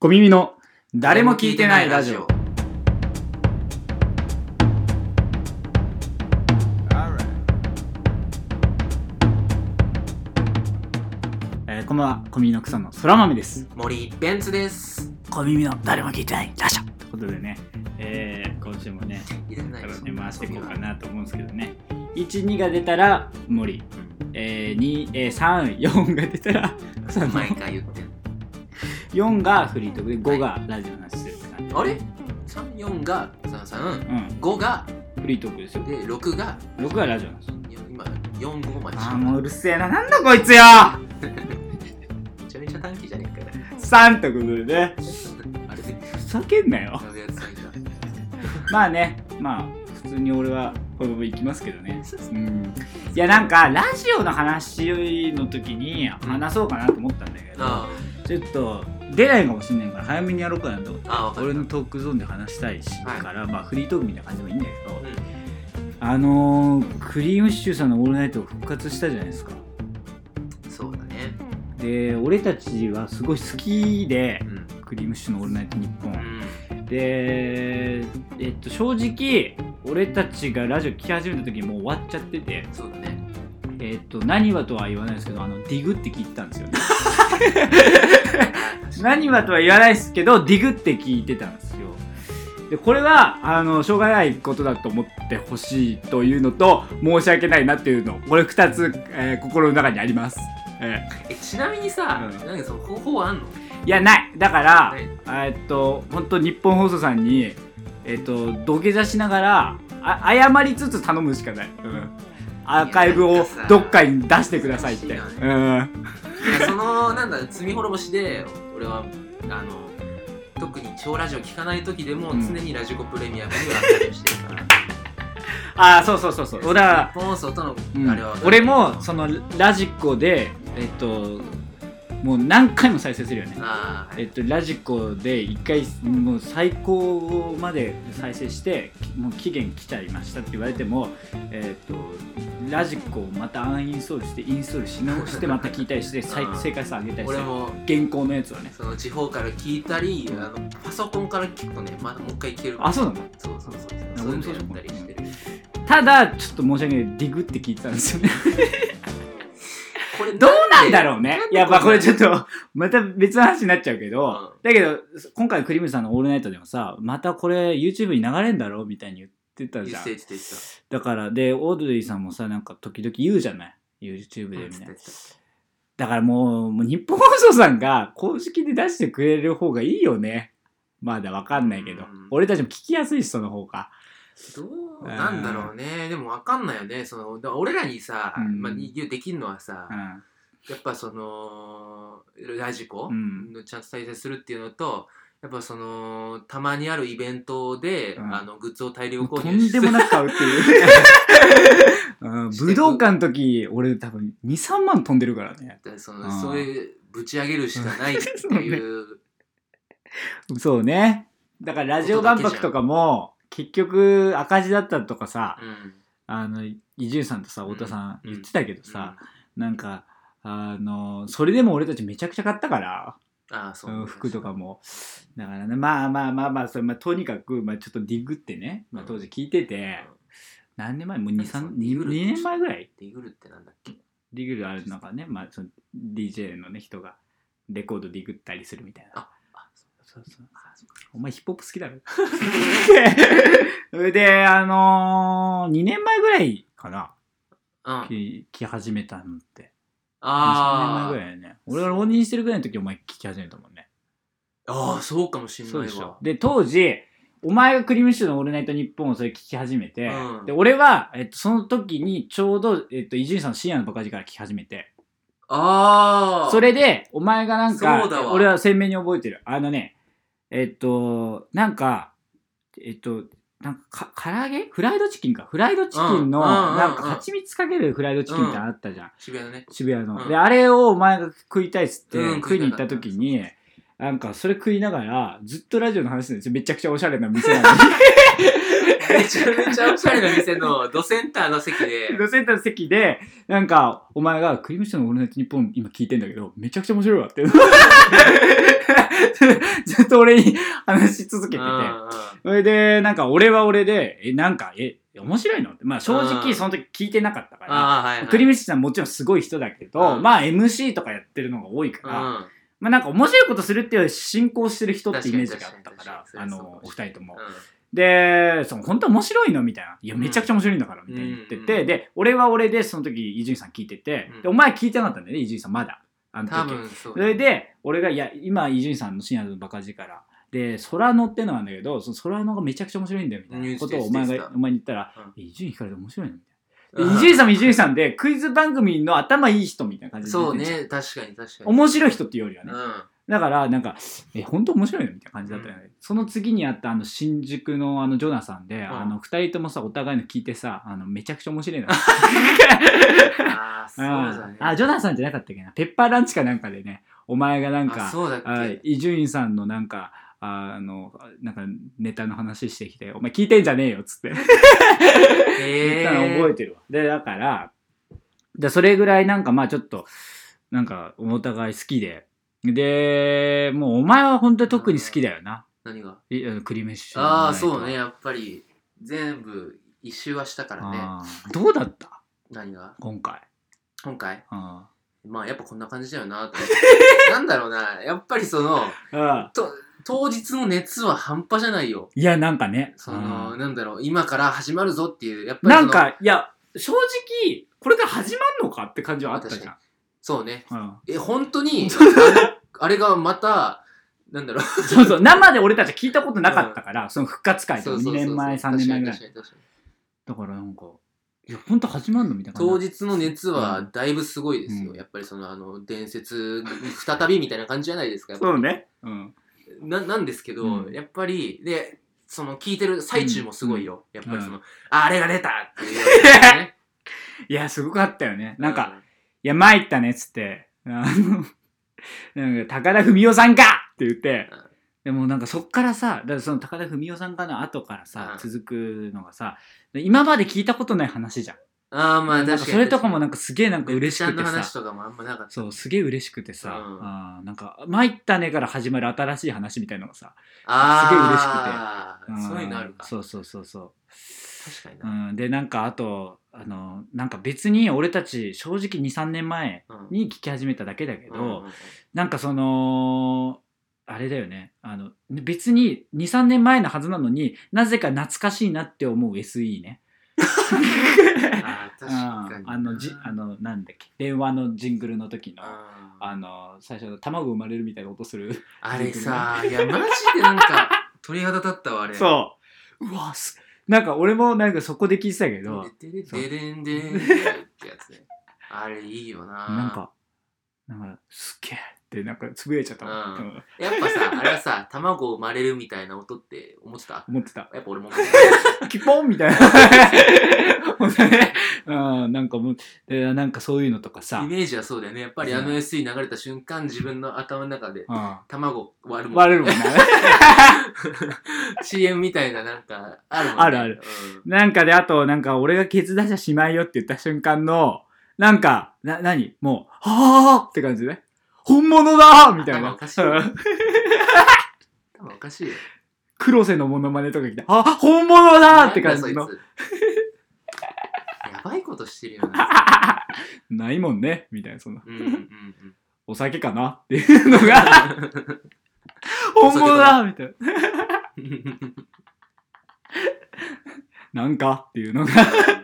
小耳の誰も聞いてないラジオ。えー、こんばんは、小耳の草の空豆です。森ベンツです。小耳の誰も聞いてないラジオということでね、えー、今週もね、入れないからね、回していこうかなと思うんですけどね。1、2が出たら森、えー、2、えー、3、4が出たら草の毎回言ってる。 4がフリートークで5がラジオの話するって感じあれ ?3、4が3、3、う5が、んフリートークですよで、6が、 6がラジオの話いや今、4、5まであーもううるせえななんだこいつよめちゃめちゃ短期じゃねえかよ3ってことでねあれで、ふざけんなよ謎やつさんいた。まあねまあ普通に俺はこのまま行きますけどねうんいやなんかラジオの話の時に話そうかなと思ったんだけどあちょっと出ないかもしんないから早めにやろうかなと思ってあ、ああ、わかる。俺のトークゾーンで話したいし、はいからまあフリートークみたいな感じでもいいんだけど、うんあのークリームシチューさんの「オールナイト」復活したじゃないですかそうだね。で俺たちはすごい好きでうん。クリームシチューの「オールナイトニッポン」うん。でえっと正直俺たちがラジオ聞き始めた時にもう終わっちゃってて、そうだね。えっと何はとは言わないですけどあのディグって聞いてたんですよ ね何はとは言わないですけどディグって聞いてたんですよでこれはあのしょうがないことだと思ってほしいというのと申し訳ないなっていうのこれ2つ、えー心の中にあります、ええ、ちなみにさ、うんなんかその方法あんのーいやないだから、ないのえっと本当日本放送さんにえっと土下座しながらあ謝りつつ頼むしかない、うん、アーカイブをどっかに出してくださいっていやなんかさうんいやその、なんだ、罪滅ぼしで、俺は、あの、特に超ラジオ聞かない時でもうん常にラジコプレミアムにはアップしてるから。ああそうそうそうそう俺は日本放送とのうんあれは、俺もそのラジコでえっともう何回も再生するよねああえっと、ラジコで一回もう最高まで再生してもう期限来ちゃいましたって言われても、えっと、ラジコをまたアンインストールしてインストールし直してまた聞いたりして再うん生回数上げたりして俺も現行のやつはねその地方から聞いたり、あのパソコンから聞くとねまだもう一回聞けるあそうなんだそうそうそうあそう俺もそそうういうだのやったりしてるただちょっと申し訳ないディグって聞いてたんですよねこれどうなんだろうなねんでやっぱこれちょっとまた別の話になっちゃうけど、だけど今回クリームさんの「オールナイト」でもさまたこれ YouTube に流れんだろうみたいに言ってた言っじてゃんた言ってた言ってだからでオードリーさんもさなんか時々言うじゃない YouTube たで言みたいってたな、言ってだからもうもう日本放送さんが公式で出してくれる方がいいよねまだわかんないけど、うん俺たちも聞きやすいしその方がたどうなんだろうねでもわかんないよねそのだから俺らにさ、うんまあ、にできるのはさ、うんやっぱそのラジコうんのちゃんと再生するっていうのと、やっぱそのたまにあるイベントで、うんあのグッズを大量もうと購入しんてでもなく買うっていう うん武道館の時俺多分23万飛んでるからねだからそあーのそういうぶち上げるしかな いっていうそうねだからラジオ万博とかも結局赤字だったとかさうんあの伊集院さんとさ太田さんうん言ってたけどさ、なんか、あの、それでも俺たちめちゃくちゃ買ったから、うんああそううん服とかも。だからね、まあまあまあまあ、それまあ、とにかく、まあ、ちょっとディグってね、まあ、うん当時聞いてて、何年前もう2、そう3、ディ2グるって年前ぐらいディグルってなんだっけディグルある中ね、まあ、その DJ のね、人がレコードディグったりするみたいな。あそそううそうあそうかお前ヒップホップ好きだろ それで、あのー、2年前ぐらいかな、うんき聞き始めたのって。23年前あぐーらいだよね俺が浪人してるぐらいの時お前聞き始めたもんねあーそうかもしんそうなでいしょわで当時お前がクリームシチューの「オールナイトニッポン」をそれ聞き始めて、うんで俺は、えっと、その時にちょうどえっと伊集院さんの深夜のバカ力から聞き始めてああそれでお前がなんかそうだわ俺は鮮明に覚えてるあのねえっとなんかえっとなんかか唐揚げフライドチキンかフライドチキンのうんうんうんうんなんか蜂蜜かけるフライドチキンってあったじゃん渋谷のね渋谷の、うんであれをお前が食いたいっつって、うん食いに行った時になんかそれ食いながらずっとラジオの話するんですよめちゃくちゃおしゃれな店なのにめちゃめちゃおしゃれな店のドセンターの席 で ドセンターの席で、なんか、お前が、クリームシチューのオールナイトニッポン今聞いてんだけど、めちゃくちゃ面白いわ って。ずっと俺に話し続けてて。それで、なんか、俺は俺で、え、なんか、え、面白いのって。まあ、正う直、んその時聞いてなかったから。ああはい、はい、クリームシチューさんもちろんすごい人だけど、うんまあ、MC とかやってるのが多いから、うんまあ、なんか面白いことするっていうより進行してる人ってイメージがあった確かかにら確かあにのおそ二人とも、うんでその本当面白いのみたいな「いやめちゃくちゃ面白いんだから」みたいに言ってて、うんで俺は俺でその時伊集院さん聞いてて、うんでお前聞いてなかったんだよね伊集院さんまだあの時多分そうそれで俺が「いや今伊集院さんの深夜のバカ力」で「空野ってのなんだけどその空野がめちゃくちゃ面白いんだよ」みたいなことをお前うん言ってがたお前に言ったらうん「伊集院光で面白いの?」みたいな。うでん伊集院さんも伊集院さんでクイズ番組の頭いい人みたいな感じで出てそうるじゃんね確かに確かに面白い人っていうよりはうねん、あだから、なんか、え、本当面白いのみたいな感じだったよね。その次にあった、あの、新宿の、あの、ジョナさんで、あの、二人ともさ、お互いの聞いてさ、あの、めちゃくちゃ面白いな。あ そうだねああ、ジョナさんじゃなかったっけな。ペッパーランチかなんかでね、お前がなんあか、そうだっけあ伊集院さんのなんか、ああの、なんか、ネタの話してきて、お前聞いてんじゃねえよ、つって。言ったの覚ええてるわ。で、だから、でそれぐらいなんかまあちょっと、なんかお互い好きで、で、もうお前は本当に特に好きだよな。何がいあのクリームシチューの前とああそうね。やっぱり全部一周はしたからねあーどうだった何が今回。今回あまあやっぱこんな感じだよなと思って なんだろうなやっぱりそのあと当日の熱は半端じゃないよいや、なんかね。その、うんなんだろう今から始まるぞっていうやっぱりそなのんか、いや、正直、これが始まるのかって感じはあったじゃそうねん。うん、え本 当にあれがまたなんだろうそうそう、生で俺たち聞いたことなかったから、その復活会とか2年前、3年前ぐらい。確かに確かに確かにだからなんか、いや、本当始まるのみたいな感じ当日の熱はだいぶすごいですよ、うんやっぱりそのあの伝説再びみたいな感じじゃないですかやっぱそうね。うん。ななんですけど、うんやっぱりでその聞いてる最中もすごいよ、やっぱりその、うああれが出たっていう、ね、いや、すごかったよね。 なんか、ういや、参ったねっつって、あの、なんか、高田文夫さんかって言ってうん、でもなんかそっからさ、だからその高田文夫さんかの後からさ、うん続くのがさ、今まで聞いたことない話じゃん。ああまあ確かなんにかそれとかもなんかかすげえなんか嬉しくちゃんのて話さ、とかもあんまなかったそう、すげえ嬉しくてさ、うんあーなんか、参ったねから始まる新しい話みたいなのがさ、ああんそういうのあるかそうそうそうそう。確かにうな、ん、で、なんかあと、あの、なんか別に俺たち正直2、3年前うんに聞き始めただけだけど、うんうんなんかそのあれだよねあの別に23年前のはずなのになぜか懐かしいなって思う SE ね。あー確かにうんあのじあのなんだっけ電話のジングルの時の。あーあの最初の卵生まれるみたいな音するあれさいやマジでなんか鳥肌立ったわあれうそううわすなんか俺もなんかそこで聞いてたけどデレデレデレンデレンってやつねあれいいよななんかなんかすっげえってなんかつぶやいちゃったもん、うんうんやっぱさあれはさ卵生まれるみたいな音って思ってた思ってたやっぱ俺も思ってたキポンみ たいな。ほんとねうん、なんかもう、でなんかそういうのとかさイ、メージはそうだよねやっぱりあの SE 流れた瞬間自分の頭の中でうん、卵 割るもん割れるもんね。 CM みたいななんかあるもんねあるある、 なんかで、あと、なんか俺がケツ出しゃしまいよって言った瞬間の、なんか、な、なにもう、はぁーって感じね。本物だーみたい頭なおかしい。うんうん、多分おかしいよ 黒瀬のモノマネとか来て、あ、本物だーって感じなのんだ。そいつやばいことしてるよな、 ないもんね、みたいな、そんな。うんうんうん、お酒かなっていうのが、 お本酒かな物だーみたいな。なんかっていうのが、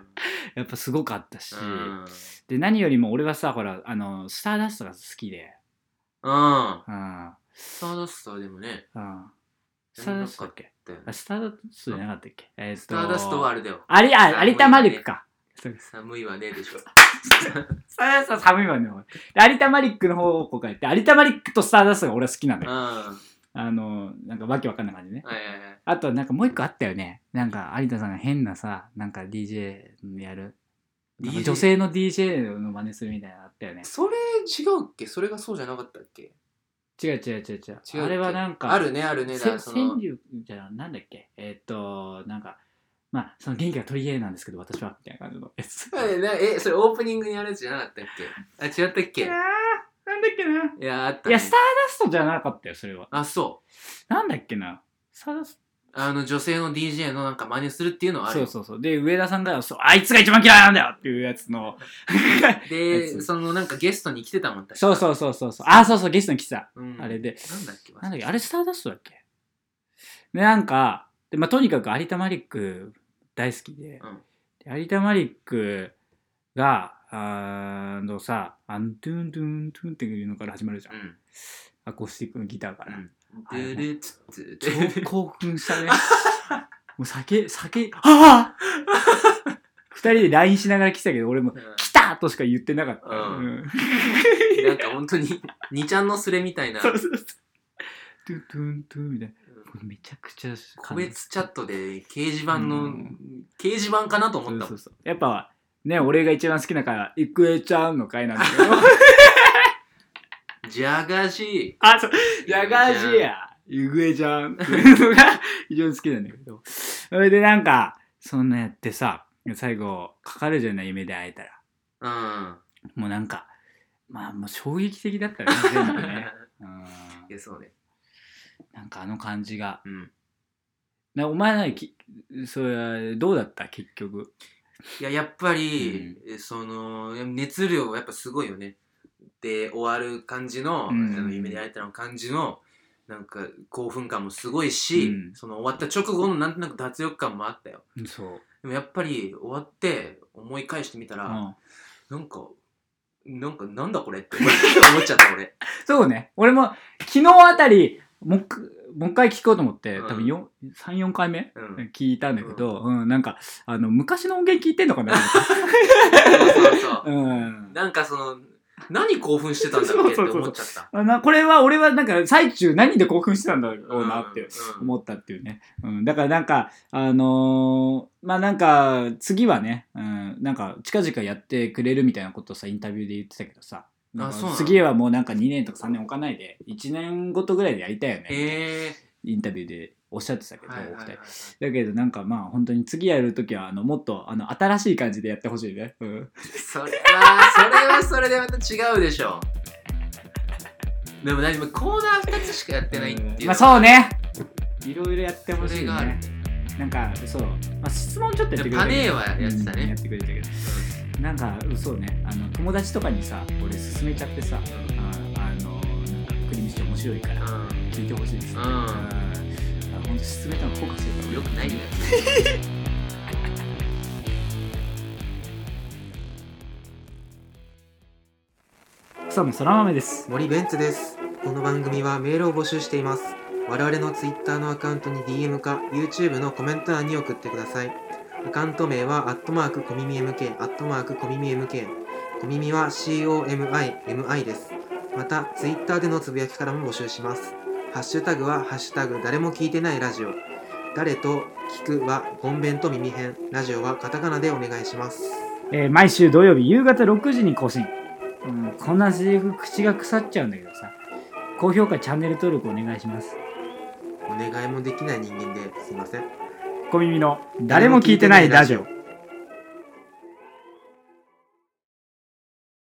やっぱすごかったし。うんで何よりも俺はさほらあのスターダストが好きで、うんうんスターダストはでもねうん、スターダストだっけだよねあスターダストじゃなかったっけえーっとスターダストはあれだよありあ有田マリックかそうです寒いわねでしょスターダストは寒いわねおいで有田マリックの方向から言って有田マリックとスターダストが俺は好きなんだうんよあのなんかわけわかんない感じねはいはいはいあとなんかもう一個あったよねなんか有田さんが変なさなんか DJ やるなんか DJ 女性の DJ の真似するみたいなのあったよねそれ違うっけそれがそうじゃなかったっけ違う違う違う違う違うっけあれはなんかあるねあるねだかせらその川柳じゃあなんだっけえーっとなんかまあその元気が取り柄なんですけど私はみたいな感じのや つえなえそれオープニングにあるやつじゃなかったっけあ違ったっけいやーなんだっけないやあっいたねやスターダストじゃなかったよそれはあそうなんだっけなスターダスあの女性の DJ のなんか真似するっていうのトはあるそようそうそうで上田さんがそうあいつが一番嫌いなんだよっていうやつのやでつそのなんかゲストに来てたもんそうう、そうそうそうそうあそうそうゲストに来てたうん、あれでなんだっけなんだっけあれスターダストだっけでなんかで、まあ、とにかく有田マリック大好きで,うんで、有田マリックがあーのさ「あんトゥントゥントゥン」っていうのから始まるじゃん、うんアコースティックのギターから、ドゥルツッツッ超 興奮したねもう酒酒ああ二人で LINE しながら来てたけど俺も「来た!」としか言ってなかった、ううんん うんなんか本当に二ちゃんのスレみたいなそうそうそうトゥントゥントゥンみたいなこれめちゃくちゃ個別チャットで掲示板うの掲示板かなと思ったそもうんそうそうやっぱね俺が一番好きな回は「いくえちゃん」の回なんだけどじゃがしあそうじゃがじやゆぐえちゃん っていうのが非常に好きなんだけどそれでなんかそんなやってさ最後かかるじゃない夢で会えたらうんもうなんかまあもう衝撃的だったよね全部 ねうんいやそうねなんかあの感じがうんなお前なきそれはどうだった結局いややっぱり、その熱量はやっぱすごいよねで終わる感じの,、うんあの夢で会えたの感じのなんか興奮感もすごいし、うんその終わった直後のなんとなく脱力感もあったよそう、でもやっぱり終わって思い返してみたら、うん、なんか、なんか、なんだこれって 思っちゃった俺。そうね。俺も、昨日あたり、もう一回、もう一回聞こうと思って、うん多分よん3、4回目うん。聞いたんだけど、うん、なんか、あの、昔の音源聞いてんのか なそうそうそう。うん。なんかその、何興奮してたんだっけって思っちゃった。あなこれは、俺はなんか、最中何で興奮してたんだろううんなってうん思ったっていうね。うん。だからなんか、あのーまあなんか、次はね、うん、なんか、近々やってくれるみたいなことをさ、インタビューで言ってたけどさ、なんかそうなの次はもうなんか2年とか3年置かないで、1年ごとぐらいでやりたいよね。えインタビューでおっしゃってたけー。ど、はいはいお二はい人はい。だけどなんかまあ本当に次やるときはあのもっとあの新しい感じでやってほしいね、うん、それは、それはそれでまた違うでしょ。でも何もコーナー2つしかやってないっていうのは。まあそうねいろいろやってほしそいれがあるねなんかそう、まあ、質問ちょっとやってくれパたけどネーはやってたうんやねっ。てくれたけどなんかそうねあの友達とかにさ俺勧めちゃってさああのなんかクリームシチュー面白いからう聞いてほしいですうんあ本当勧めたの効果してん。るよくないんだよ。草もそら豆です森ベンツですこの番組はメールを募集しています我々の Twitter のアカウントに DM か YouTube のコメント欄に送ってくださいアカウント名はアットマークコミミ MK アットマークコミミ MK コミミは COMIMI ですまた Twitter でのつぶやきからも募集しますハッシュタグはハッシュタグ誰も聞いてないラジオ誰と聞くは本ンと耳編ラジオはカタカナでお願いしますえー毎週土曜日夕方6時に更新、うん、こんなセリフ口が腐っちゃうんだけどさ高評価チャンネル登録お願いしますお願いもできない人間ですいません小耳の誰も聞いてないラジオ